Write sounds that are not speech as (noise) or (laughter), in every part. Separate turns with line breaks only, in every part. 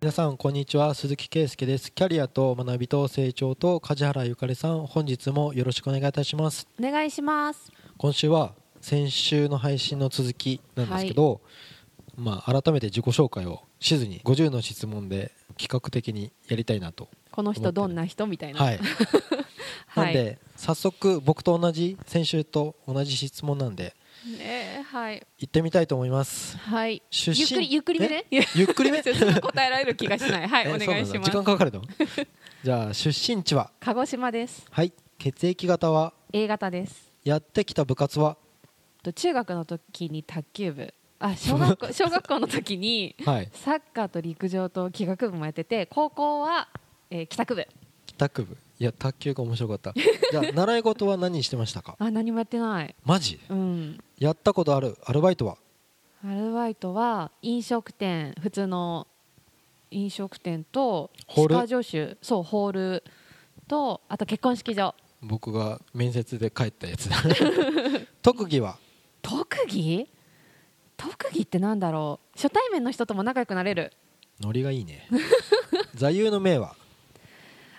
皆さんこんにちは鈴木圭介ですキャリアと学びと成長と梶原ゆかりさん本日もよろしくお願いいたします
お願いします
今週は先週の配信の続きなんですけど、まあ改めて自己紹介をしずに50の質問で企画的にやりたいなと
この人どんな人みたいな
はい
は
なん
い
で、早速僕と同じ先週と同じ質問なんで
ねはい
行ってみたいと思います
はい
出身
ゆっくりゆっくりめね
ゆっくりめ
(laughs) ちょっと答えられる気がしないは
(laughs)
い、
え
お
そうな
願
ん
い
だ
しま
時
す
間かか
(laughs)
るのじゃあ出身地は
鹿児島です
はい血液型は
A 型です
やってきた部活は
と中学の時に卓球部あ小学
(laughs)
校小学校の時に
はい
サッカーと陸上と器楽部もやってて高校は、えー、帰宅部
卓部いや卓球が面白かったじゃあ習い事は何してましたか
あ何もやってない
(laughs) マジ
うん
やったことあるアルバイトは
アルバイトは飲食店普通の飲食店と
ホール
歯科助手そうホールとあと結婚式場
僕が面接で帰ったや (laughs) つだ特技は
特技特技ってなんだろう初対面の人とも仲良くなれる
ノリがいい (laughs) ね座右の銘は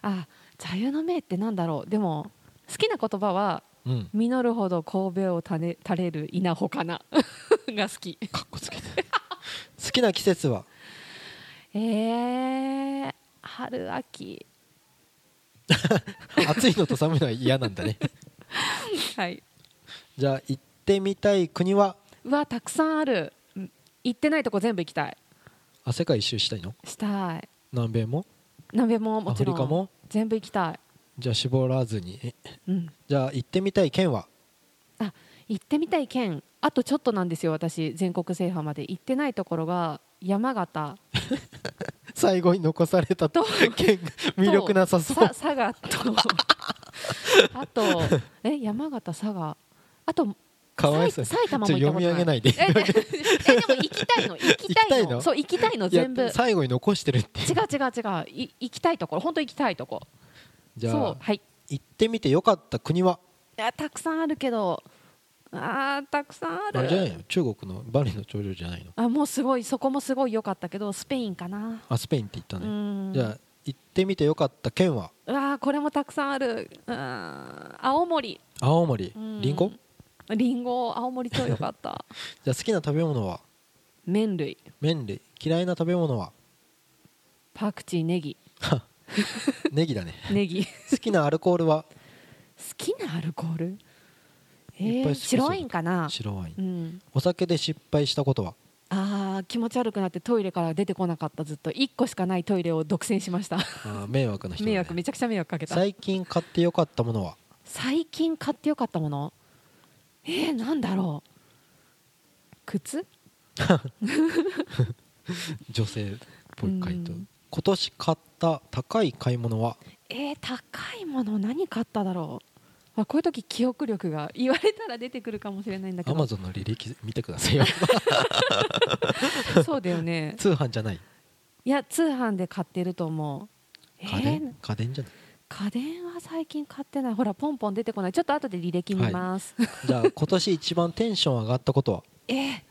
あ座右の銘ってなんだろうでも好きな言葉は
うん
「実るほど神戸を垂れ垂れる稲穂かな」 (laughs) が好き
かっこつけて好きな季節は
えー、春秋
暑いのと寒いのは嫌なんだ (laughs) ね
はい
じゃあ行ってみたい国は
うわたくさんあるうん行ってないとこ全部行きたい
あ世界一周したいの
したい
南米も
鍋も
ア
も
フ
ちろ
リ
ん
カも
全部行きた
じゃあ絞らずにえ
い、うん、
じゃあ行ってみたい県は
行ってみたい県あとちょっとなんですよ私全国制覇まで行ってないところが山形
最後に残された
と
県が魅力なさそう
さ佐
(laughs)
賀とあとえ山形佐賀あと
かわいそう
埼玉も行ったこと
ちょっと読み上げないで (laughs)
えええでも行きたいの行きた
行き
いの
たいの
そう行きたいの全部
い
違
や
う
最後に残してるって
違う違うい行きたいところ本当行きたいとこ
じゃ
そう
あ
はい
行ってみてよかった国はい
やたくさんあるけどあーたくさんある
あれじゃないの中国のバリの頂上じゃないの
あもうすごいそこもすごい良かったけどスペインかな、
あスペインって言った
う
ね、
ん
じゃあ行ってみてよかった県は
うわーこれもたくさんあるうん青森
青森
うん
りんご
りんご青森超良かった
(laughs) じゃあ好きな食べ物は
麺類
麺類嫌いな食べ物は
パクチーネギ
ネギだね (laughs)
ネギ好
好きなアルコールは
きなアルコールえ
いっ
ー
ぱい好きそう
白ワインかな
白ワイン
うん
お酒で失敗したことは
あー気持ち悪くなってトイレから出てこなかったずっと1個しかないトイレを独占しました
あー迷惑な人だね
迷惑めちゃくちゃ迷惑かけた
最近買ってよかったものは
最近買ってよかったものえー、なんだろう靴
女性っぽい回答
うん
今年買った高い買い物は
えー、高いもの何買っただろう、まあ、こういう時記憶力が言われたら出てくるかもしれないんだけ
アマ
ど
ゾンの履歴見てください
(laughs)
よ
そうだよね
通販じゃない
いや通販で買ってると思うえ
家
ー
電家電じゃない
家電は最近買ってないほらポンポン出てこないちょっと後で履歴見ます、
じゃあ今年一番テンション上がったことは
(laughs) えー、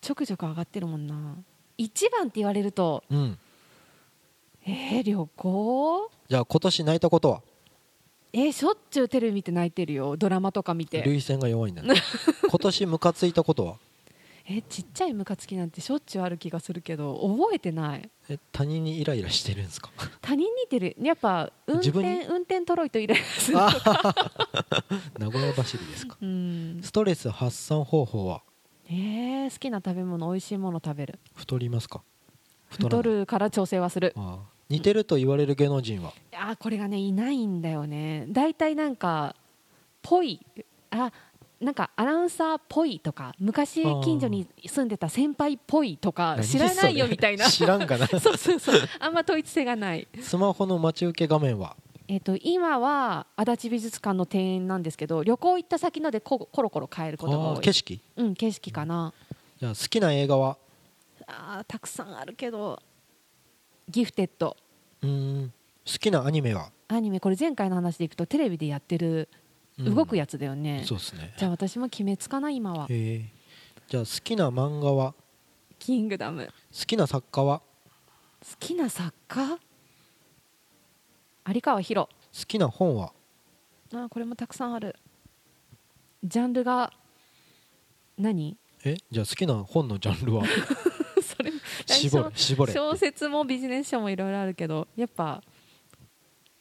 ちょくちょく上がってるもんな一番って言われると
うん
えー、旅行
じゃあ今年泣いたことは
えー、しょっちゅうテレビ見て泣いてるよドラマとか見て
涙腺が弱いん
(laughs)
だね今年ムカついたことは
えーちっちゃいムカつきなんてしょっちゅうある気がするけど覚えてない
え他人にイライラしてるんですか
他人に似てるやっぱ運
自
転
分に
運転トロイとイライラする
あー (laughs) 名古屋走りですか
うん
ストレス発散方法は
えー、好きな食べ物美味しいもの食べる
太りますからない
太るから調整はする
ああ似てると言われる芸能人は
あーこれがねいないんだよね大体なんかぽいあなんかアナウンサーっぽいとか昔
あー
近所に住んでた先輩っぽいとか
何
知らないよ
それ
みたいな
知らんかな
(laughs) そうそうそうあんま統一性がない
スマホの待ち受け画面は
えっと今は足立美術館の庭園なんですけど旅行行った先のでこコロコロ変えることが
ああ
多い
景色
うん、景色かな
じゃあ好きな映画は
あーたくさんあるけどギフテッド
うーん好きなアニメは、
アニメこれ前回の話でいくとテレビでやってる
うん
動くやつだよね、
そうですね
じゃあ私も決めつかな今は
へえじゃあ好きな漫画は
キングダム
好きな作家は
きな作家有川博
好きな本は
あーこれもたくさんあるジャンルが何 (laughs)
えじゃあ好きな本のジャンルは
それ
絞れ絞れ
小説もビジネス書もいろいろあるけどやっぱ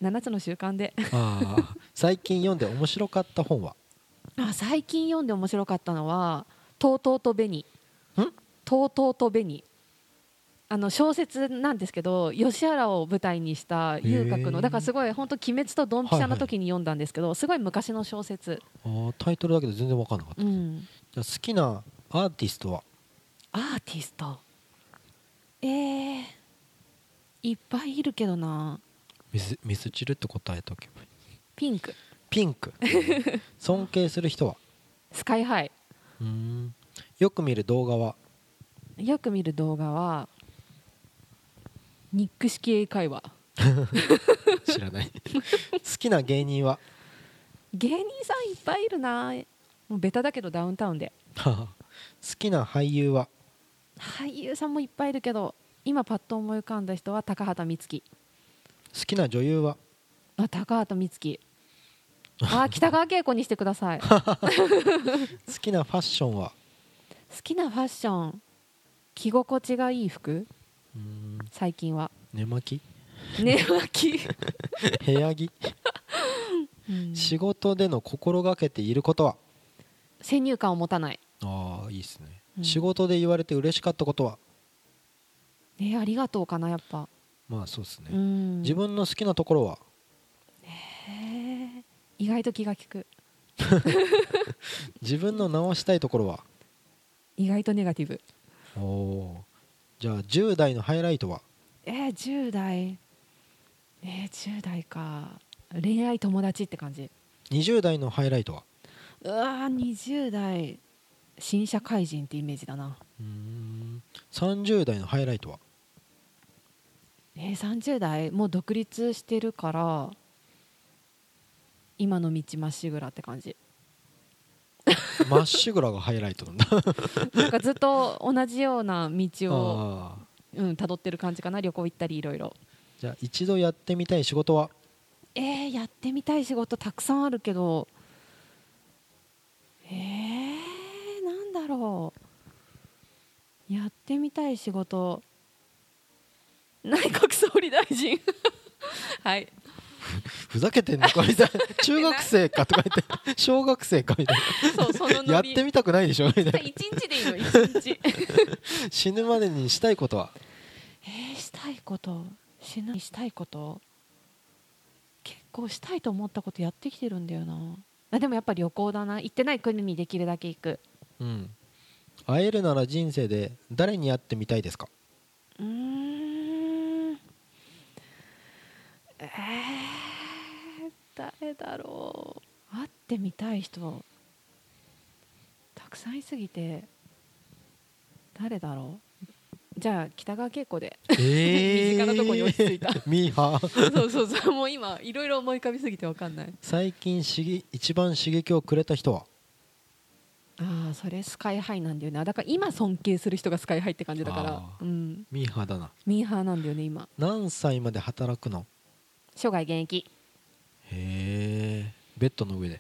7つの習慣で
ああ最近読んで面白かった本は
あ最近読んで面白かったのは「とうとうと紅」「とうとうと紅」あの小説なんですけど吉原を舞台にした遊郭
へー
のだからすごい本当鬼滅とドンピシャの時に読んだんですけど、すごい昔の小説、
あータイトルだけで全然分かんなかった、
う
じ
ん、
ゃあ好きなアーティストは
アーティストえー、いっぱいいるけどな
ミスミスチルって答えとけばいい
ピンク
ピン
(laughs)
ク尊敬する人は
スカイハイ
うーんよく見る動画は
よく見る動画はニック式英会話
知らない好きな芸人は
芸人さんいっぱいいるなもうベタだけどダウンタウンで
好きな俳優は
俳優さんもいっぱいいるけど今パッと思い浮かんだ人は高畑充希
好きな女優は
あ高畑充希あー北川景子にしてください好
好きなファッションは
きなファッション着心地がいい服
うーん
最近は
寝巻き
寝巻き、
部屋着
うん
仕事での心がけていることは
先入観を持たない
ああいいですね、
うん
仕事で言われて嬉しかったことは
ねありがとうかなやっぱ、
まあそうですね、
うん
自分の好きなところは
へー意外と気が利く
自分の直したいところは
意外とネガティブ
おおーじゃあ10代のハイライトは
えー、10代えー、10代か恋愛友達って感じ
20代のハイライトは
うわー20代新社会人ってイメージだな
うーん30代のハイライトは
えー、30代もう独立してるから今の道まっしぐらって感じ
まっしぐらがハイライトなんだ
なんかずっと同じような道
(laughs) あ
を
ー
うん辿ってる感じかな旅行行ったりいろいろ
じゃあ一度やってみたい仕事は
えー、やってみたい仕事たくさんあるけどえー、なんだろうやってみたい仕事内閣総理大臣 (laughs) はい
ふざけてんのかみたいな中学生かとか言って小学生かみたい
そうその
なや
ノ
っ
リ
てみたくないでしょみたいな
一日でいいの一日 (laughs) え
死ぬまでにしたいことは
ー、したいこと死ぬしたいこと結構したいと思ったことやってきてるんだよなあでもやっぱ旅行だな行ってない国にできるだけ行く
うん会えるなら人生で誰に会ってみたいですか
うーんえー、誰だろう会ってみたい人たくさんいすぎて誰だろうじゃあ北川景子で
え
(laughs) 身近なとこに落ち着いた
ミーハー
(laughs) そうそうそうもう今いろいろ思い浮かびすぎてわかんない
最近刺激一番刺激をくれた人は
ああそれスカイハイなんだよねだから今尊敬する人がスカイハイって感じだから
あ、ー
うん、
ミーハーだな
ミーハーなんだよね今
何歳まで働くの
生涯現役
へえベッドの上
(laughs)
で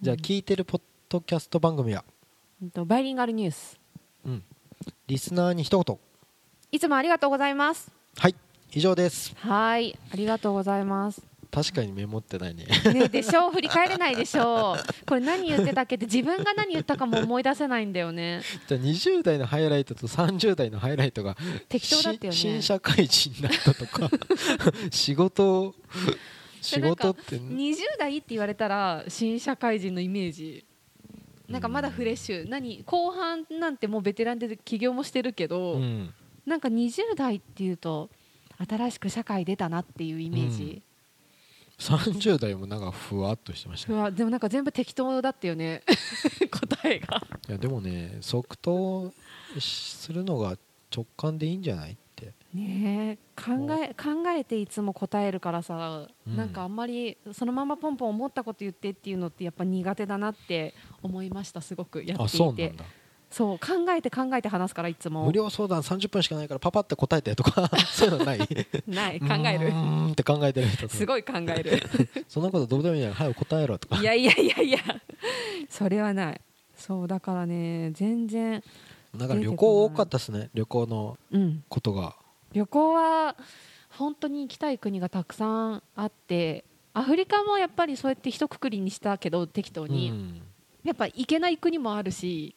じゃあ聞いてるポッドキャスト番組は
うんとバイリンガルニュース
うんリスナーに一言
いつもありがとうございます
はい以上です
はい、ありがとうございます。
確かにメモってないね (laughs)
ね、でしょう、振り返れないでしょう。これ何言ってたっけって、自分が何言ったかも思い出せないんだよね。
じゃあ20代のハイライトと30代のハイライトが
適当だったよ
し新
ね。
社会人になったとか (laughs) 仕事
(laughs)
を (laughs) 仕事って
20代って言われたら、新社会人のイメージ。なんかまだフレッシュ、何、後半なんてもうベテランで起業もしてるけど。
うん
なんか20代っていうと、新しく社会出たなっていうイメージ。
30代もなんかふわっとしてました
う
ね
わでもなんか全部適当だったよね。 (laughs) 答えが。
いやでもね即答するのが直感でいいんじゃないって
ねえ考え考えていつも答えるからさ、
うん
なんかあんまりそのままポンポン思ったこと言ってっていうのってやっぱ苦手だなって思いましたすごくやっていて
あそうなんだ
そう考えて考えて話すからい
(laughs)
つも
無料相談30分しかないからパパって答えてとか (laughs) そういうの
(laughs)
ない考
ない考え
う
る
ーんって考えてる人
すごい考え
(laughs)
る
そんなことどうでもいいじゃん早く答えろとか
いやいやいやいやそれはないそうだからね全然
だから旅行多かったですね旅行の
うん
ことが
旅行は本当に行きたい国がたくさんあってアフリカもやっぱりそうやって一括りにしたけど適当
う
に、
ん
やっぱ行けない国もあるし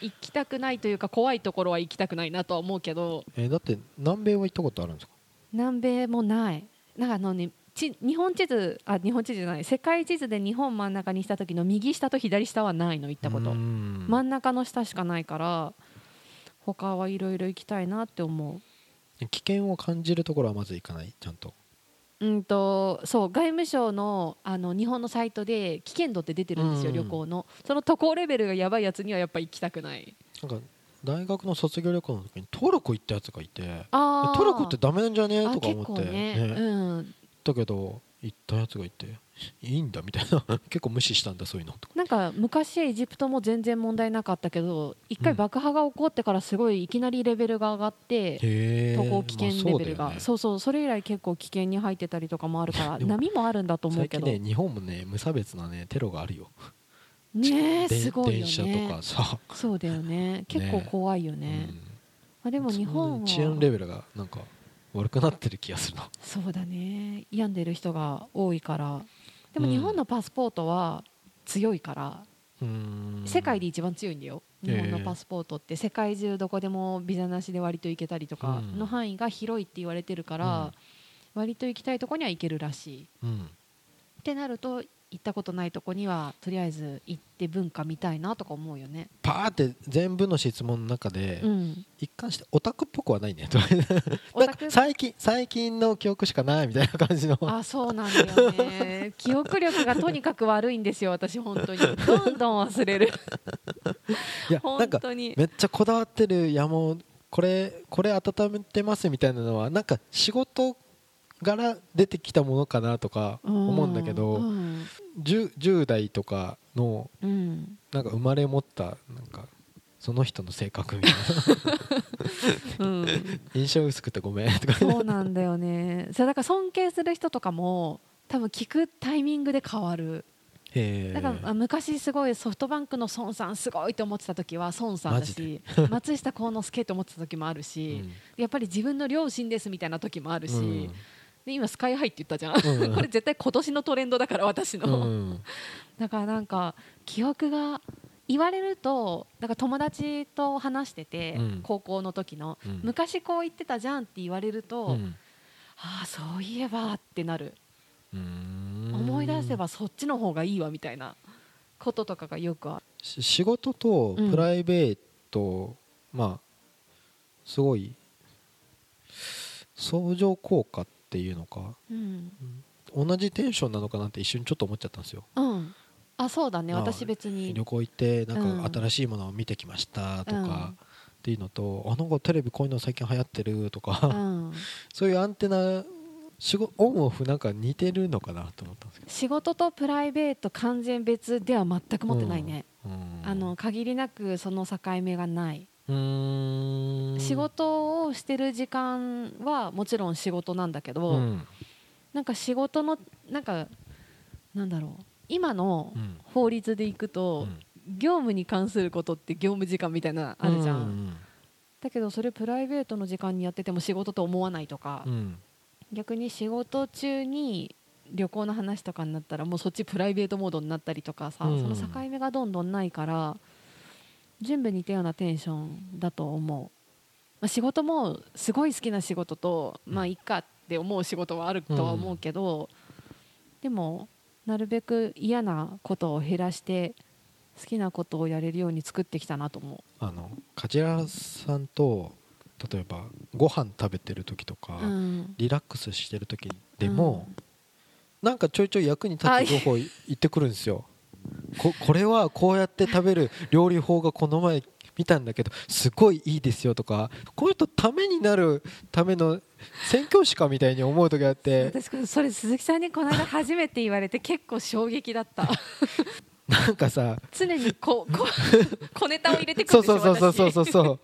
行きたくないというか怖いところは行きたくないなとは思うけど
えーだって南米は行ったことあるんですか
南米もないなんかあのねち日本地図あ日本地図じゃない世界地図で日本真ん中にした時の右下と左下はないの行ったこと、
うん
真ん中の下しかないから他はいろいろ行きたいなって思
危険を感じるところはまず行かないちゃんと
ううんとそう外務省のあの日本のサイトで危険度って出てるんですよ、
うん
旅行のその渡航レベルがやばいやつにはやっぱ行きたくない
なんか大学の卒業旅行の時にトルコ行ったやつがいて
あー
トルコってダメなんじゃねえ
あ
とか
結
思っ
構
て、
ね
ね
うん、
だけど行ったやつがいていいんだみたいな (laughs) 結構無視したんだそういうのとか
なんか昔エジプトも全然問題なかったけど一回
うん
爆破が起こってからすごいいきなりレベルが上がって、
へえ
渡航危険レベルが、
まあ
そう
そう
そうそれ以来結構危険に入ってたりとかもあるから
でも
波もあるんだと
だよね
思
最
うけ
近
ど
ね日本もね無差別なねテロがあるよ
ねえ
です
ごいよ
電車と
ね
かさ、
そうだよね結構怖いよねまあ、で
で
も日本は
治安レベルがなんか悪くなってる気がするな
そうだね病んでる人が多いからでも日本のパスポートは強いから、
うーん
世界で一番強いんだよ
へ
日
え
本のパスポートって世界中どこでもビザなしで割と行けたりとか
うん
の範囲が広いって言われてるから、割と行きたいとこには行けるらしい
うん
ってなると行ったことないとこにはとりあえず行って文化見たいなとか思うよね。
パーって全部の質問の中で、
うん、
一貫してオタクっぽくはないね (laughs) な
オ
ん
タ
か
ク
最近最近の記憶しかないみたいな感じの
あそうなんだよね
(laughs)
記憶力がとにかく悪いんですよ私本当にどんどん忘れる
いやな
本
んか
当に
めっちゃこだわってる山をこれこれ温めてますみたいなのはなんか仕事柄出てきたものかなとか思うんだけど、
うん
10, 10代とかの
うん
なんか生まれ持ったなんかその人の性格みたいな
うん
印象薄くてごめんとか
そうなんだよねそれだから尊敬する人とかも多分聞くタイミングで変わる
へえ
だからあ昔すごいソフトバンクの孫さんすごいと思ってた時は孫さんだし (laughs) 松下幸之助と思ってた時もある
う
し、
ん
やっぱり自分の両親ですみたいな時もあるし、
うん
で今スカイハイって言ったじゃん、
うん
(laughs) これ絶対今年のトレンドだから私
う
の、
ん
だからなんか記憶が言われるとなんか友達と話してて、
うん
高校の時の、
うん
昔こう言ってたじゃんって言われると、
うん
ああそういえばってなる、
うーん
思い出せばそっちの方がいいわみたいなこととかがよくある
し仕事とプライベート、まあすごい相乗効果っていうのか
うん、
同じテンションなのかなって一瞬ちょっと思っちゃったんですよ
うん、あそうだね
ああ
私別に
旅行行ってなん
う
か
ん
新しいものを見てきましたと
うん
か、っていうのとあなんかテレビこういうの最近流行ってるとか、
うん、
そういうアンテナ仕事オンオフなんか似てるのかなと思ったんですけ
仕事とプライベート完全別では全く持ってないね、
どうん
あの限りなくその境目がない、
うーん
仕事をしてる時間はもちろん仕事なんだけど、
うん
なんか仕事のなんかなんだろう今の
うん
法律でいく
う
と、
ん
業務に関することって業務時間みたいなのあるじゃん、
うん
だけどそれプライベートの時間にやってても仕事と思わないとか、
うん
逆に仕事中に旅行の話とかになったらもうそっちプライベートモードになったりとかさ、
うん
その境目がどんどんないから全部似たようなテンションだと思う、まあ、仕事もすごい好きな仕事とまあいいかって思う仕事はあるとは思うけど、でもなるべく嫌なことを減らして好きなことをやれるように作ってきたなと思
あの梶原さんと例えばご飯食べてる時とか、
う。うん
リラックスしてる時でも、なんかちょいちょい役に立
あ
つ
い
情報言ってくるんですよここれはこうやって食べる料理法がこの前見たんだけどすごいいいですよとかこういう人ためになるための宣教師かみたいに思う時あって
(laughs)
(laughs)
私これそれ鈴木さんにこの間初めて言われて結構衝撃だった
なんかさ
常にこう
(laughs)
こう小ネタを入れてく
そ
るん
う
です
そう
よ
そうそうそうそう
私
そう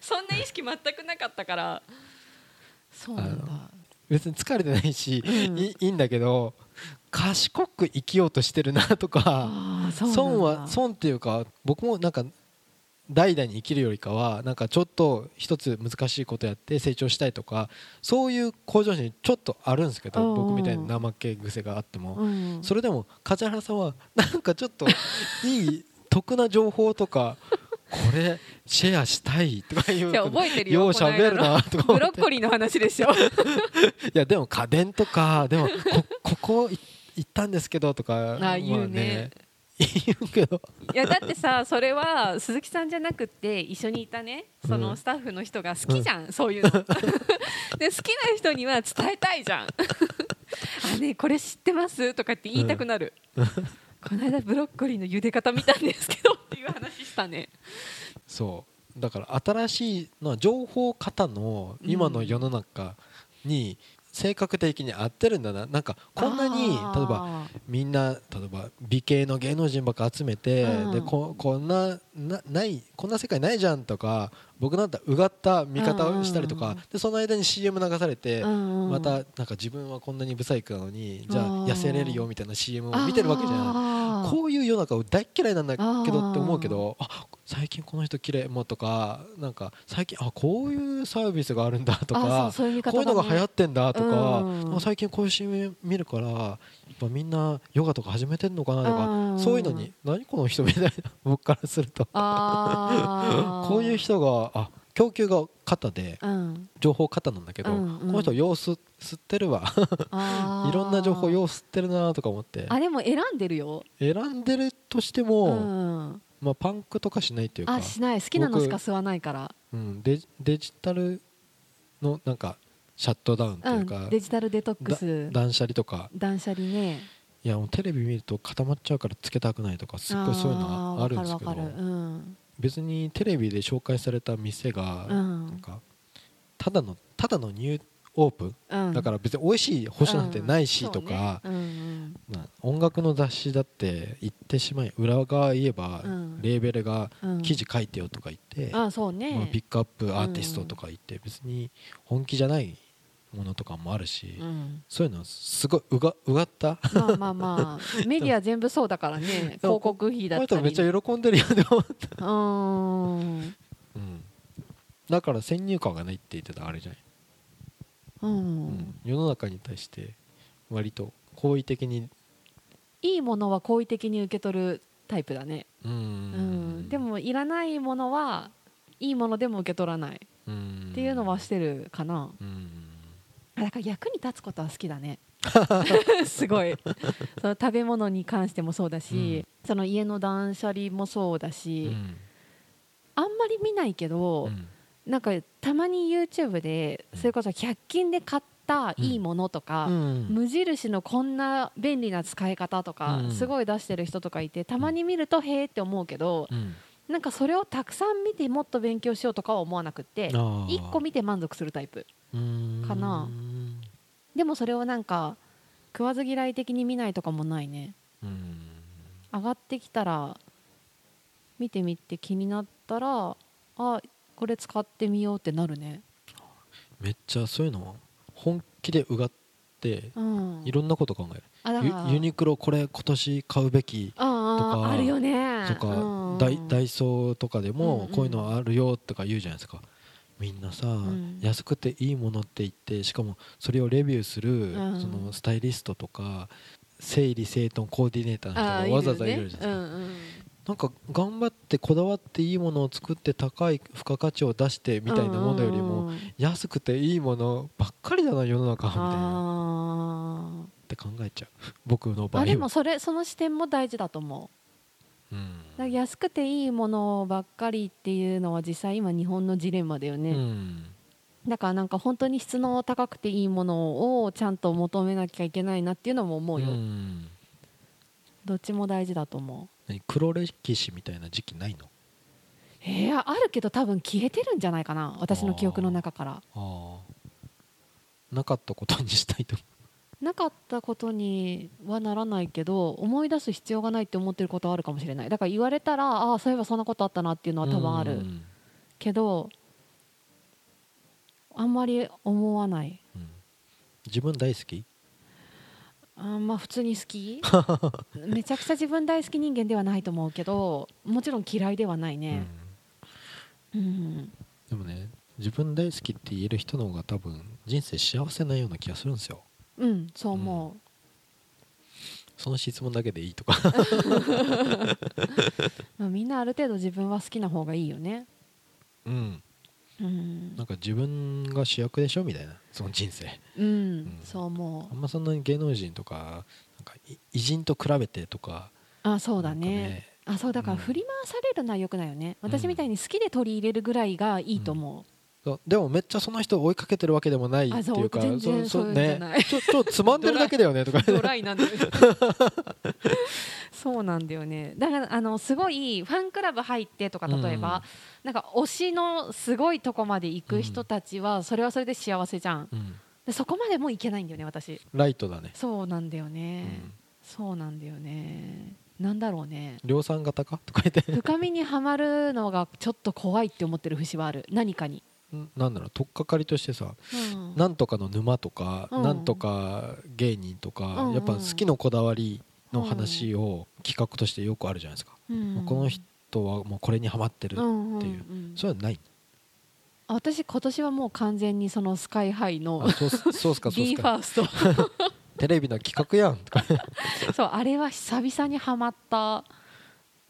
そんな意識全くなかったからそうなんだ
あ別に疲れてないし、
うん
いいいんだけど賢く生きようとしてるなとか
あーそうなんだ
損は損っていうか僕もなんか代々に生きるよりかはなんかちょっと一つ難しいことやって成長したいとかそういう向上心ちょっとあるんですけ
うんう
ど
ん
僕みたいな怠け癖があっても
うん
それでも梶原さんはなんかちょっといい得な情報とかこれシェアしたいとかいう
いや覚えてるよ
よう喋るなとか
ブ
思
ロ
っ
ッ
て
コリーの話でしょ
いやでも家電とかでもこここい行ったんですけどとか
あ言
まあ
うね
ね言うけど
いやだってさそれは鈴木さんじゃなくって一緒にいたねそうの
ん
スタッフの人が好きじゃん、そういうの (laughs) で好きな人には伝えたい
(laughs)
じゃんあねこれ知ってますとかって言いたくなる、この間ブロッコリーの茹で方見たんですけどっていう話したね
そうだから新しいのは情報型の今の世の中に性格的に合ってるんだななんかこんなに例えば
ば
みんな例えば美形の芸能人ばっか集めて、
うん
でここんななないこんな世界ないじゃんとか僕なんてうがった見方をしたりとか、
うんうんうん
でその間に CM 流されて、ま
ま
たなんか自分はこんなにブサイクなのにじゃあ
あー
痩せれるよみたいな CM を見てるわけじゃん
ゃ
こういう世の中を大っ嫌いなんだけどって思うけどあ最近この人綺麗もうとかなんか最近あこういうサービスがあるんだとか
そうそういう見方
こういうのが流行ってんだとか、
うん
なんか最近こういう CM 見るからやっぱみんなヨガとか始めてんのかなとか、
うん
そういうのに何この人みたいな (laughs) 僕からすると
あ
(laughs)
ー
こういう人があ供給が肩で
うん
情報肩なんだけど、
うんうん
この人様子吸ってるわ
あ
(laughs)
ー
いろんな情報よう吸ってるなとか思って
あでも選んでるよ、
選んでるとして
う
も、
ん、
まあ、パンクとかしないっていうか
あ、しない好きなのしか吸わないから、
うん、デジデジタルのなんかシャットダウンっていううんか、、
デジタルデトックス
断捨離とか
断捨離ね
いやもうテレビ見ると固まっちゃうからつけたくないとかすっごいそういうのはあるんですけど
あーわかるわかるうん
別にテレビで紹介された店が、
うん
なんかただのただのニューオープン、
うん
だから別に美味しい星なんてないしとか、
うんそうね
まあ音楽の雑誌だって言ってしまい裏側言えば、
うん
レーベルが
うんうん
記事書いてよとか言って、
あそうね、
まあ、ピックアップアーティストとか言って別に本気じゃないものとかもあるし、
うん
そういうのすごいうがうがった
まあまあまあメディア全部そうだから
(laughs)
ね広告費だ
こ
っ
の人
たり
めっちゃ喜んでるよでも、
うーん
うん、だから先入観がないって言ってたあれじゃない、
う
うん
ん
世の中に対して割と好意的に
いいものは好意的に受け取るタイプだね、
うん
うん、でもいらないものはいいものでも受け取らない
うん
っていうのはしてるかな、
うん
あだから役に立つことは好きだ
(laughs)
ねすごいその食べ物に関してもそうだし、その家の断捨離もそうだ
う
し、
ん
あんまり見ないけど、
うん
なんかたまに YouTube でそれこそ100均で買ったいいものとか、
うん
無印のこんな便利な使い方とか、
うん
すごい出してる人とかいてたまに見るとへーって思うけど
うん
なんかそれをたくさん見てもっと勉強しようとかは思わなくって
あー
1個見て満足するタイプ
うん
かなでもそれをなんか食わず嫌い的に見ないとかもないね
うん
上がってきたら見てみて気になったらあこれ使ってみようってなるね
めっちゃそういうの本気でうがって
うん
いろんなこと考える
あだか
ユ
ら
ユニクロこれ今年買うべき
ああ
とか
あるよね
とか、
うん
ダイダイソーとかでも
うんうん
こういうのあるよとか言うじゃないですかみんなさ、
ん
安くていいものって言ってしかもそれをレビューする、
うん
そのスタイリストとか整理整頓コーディネーターの人
ああ
がわざわざいるじゃないですか、
るよねうんうん
なんか頑張ってこだわっていいものを作って高い付加価値を出してみたいなものよりも、
うんうんうん
安くていいものばっかりだな世の中はみたいなっ
あ
て考えちゃう僕の
ー
場合
あ
は
でもそれその視点も大事だと思
う
う
ん
だから安くていいものばっかりっていうのは実際今日本のジレンマだよ
う
ね、
ん
だからなんか本当に質の高くていいものをちゃんと求めなきゃいけないなっていうのも思うよ、
うん
どっちも大事だと思う
何黒歴史みたいな時期ないの
えー、あるけど多分消えてるんじゃないかな私の記憶の中から
ああなかったことにしたいと
なかったことにはならないけど思い出す必要がないって思ってることはあるかもしれないだから言われたらああそういえばそんなことあったなっていうのは多分ある
うん
けどあんまり思わない
うん自分大好き
あんまあ普通に好
(laughs)
きめちゃくちゃ自分大好き人間ではないと思うけどもちろん嫌いではないうね
ん、
うん
でもね自分大好きって言える人の方が多分人生幸せなような気がするんですよ
うん、そう思う、
その質問だけでいいとか
まあ、みんなある程度自分は好きな方がいいよね
うん
うん
なんか自分が主役でしょみたいなその人生
うん、
ん
そう思
あ
うん
まそんなに芸能人とかなんかい偉人と比べてとか
あそうだね
なんかね
あそうだから
うん
振り回されるのは良くないよね、
うん
私みたいに好きで取り入れるぐらいがいい
(laughs)
と思
そうでもめっちゃその人を追いかけてるわけでもないって
あそう
いうか
全然そういうんじゃ
ね
ない
ちょち (laughs) ょっとつまんでるだけだよねとか
う、ドライなんだよね (laughs) そうなんだよねだからあのすごいファンクラブ入ってとか例えば、なんか推しのすごいとこまで行く人たちはそれはそれで幸せじゃん
(laughs) うん
でそこまでもいけないんだよね私
ライトだね、
そうなんだよ
う
ね、
ん、
そうなんだよねなんだろうね
量産型かとか言って
深みにはまるのがちょっと怖いって思ってる節はある何かに、
うんなんだろう取っかかりとしてさ
うん
なんとかの沼とか、
うん
なんとか芸人とか、
うんうん
やっぱ好きのこだわりの話を企画としてよくあるじゃないですか、
うん
この人はもうこれにハマってる、
うん
っていうん
ん
それはない
私今年はもう完全にそのスカイハイの
あそうっすそうっ
(laughs)
すかそうっ
b
す
フ
か
ァース
テレビの企画やんとか
ト (laughs) そうあれは久々にはまった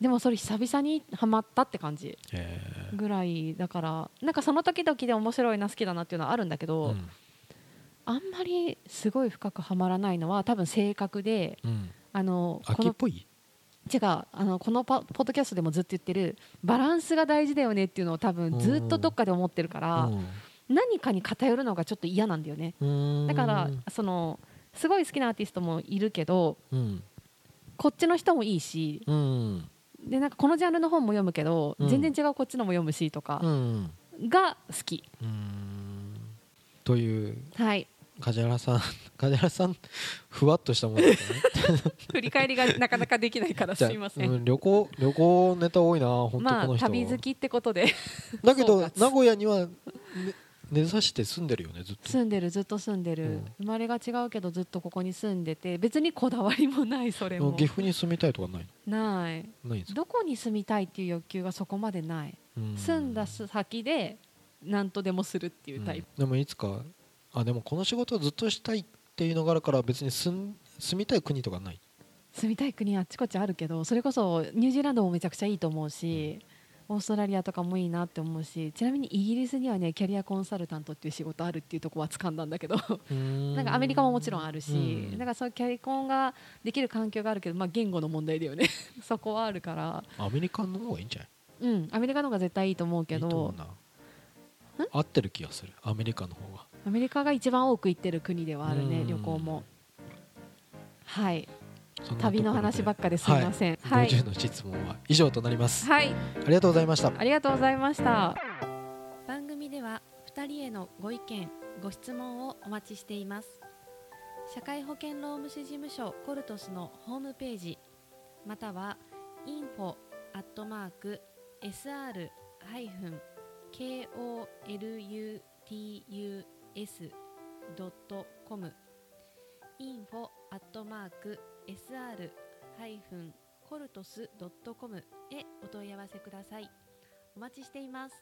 でもそれ久々にはまったって感じ
え
ぐらいだからなんかその時々で面白いな好きだなっていうのはあるんだけ
ー
ど、
うん
あんまりすごい深くはまらないのは多分性格で
うん、
あのこ
秋っ
の
ぽい
違うあのこのパポッドキャストでもずっと言ってるバランスが大事だよねっていうのを多分ずっとどっかで思ってるから、何かに偏るのがちょっと嫌なんだよね
うん
だからそのすごい好きなアーティストもいるけど
うん
こっちの人もいいし
うん
でなんかこのジャンルの本も読むけど、
うん
全然違うこっちのも読むしと
う
か
ん
が好き、
うんという
はい
梶原さん梶原さんふわっとしたものですね
振り返りが (laughs) なかなかできないからす
じゃあ
いません、
うん旅行旅行ネタ多いな本当
ま
この
あ
人、
旅好きってこと
(laughs)
で
だけ
総
ど
括
名古屋にはね根ざして住んでるよねずっと
住んでるずっと住んでる、
うん
生まれが違うけどずっとここに住んでて別にこだわりもないそれ
でも
も
岐阜に住みたいとかない
ない
のないんですか
どこに住みたいっていう欲求がそこまでない、
うん
住んだ先で何とでもするっていうタイプ、
うんでもいつかあでもこの仕事をずっとしたいっていうのがあるから別に住ん住みたい国とかない
住みたい国あっちこっちあるけどそれこそニュージーランドもめちゃくちゃいいと思うし、オーストラリアとかもいいなって思うしちなみにイギリスにはねキャリアコンサルタントっていう仕事あるっていうところは掴んだんだけど
な
なんかアメリカももちろんあるし、
うん
なんかそういうキャリコンができる環境があるけど、まあ、言語の問題だよね (laughs) そこはあるから、
アメリカの方がいいんじゃない
うん、アメリカの方が絶対いいと思うけ
いいと思
ど
うな合ってる気がするアメリカの方が
アメリカが一番多く行ってる国ではあるね、
うん
旅行も。はい、
そんなところで
旅の話ばっかですいません。
は、
はいい、
50の質問は以上となります、
はい、
ありがとうございました
ありがとうございました。番組では2人へのご意見、ご質問をお待ちしています。社会保険労務士事務所コルトスのホームページ、または info@sr-koluts.com info@sr-coltus.com へお問い合わせください。お待ちしています。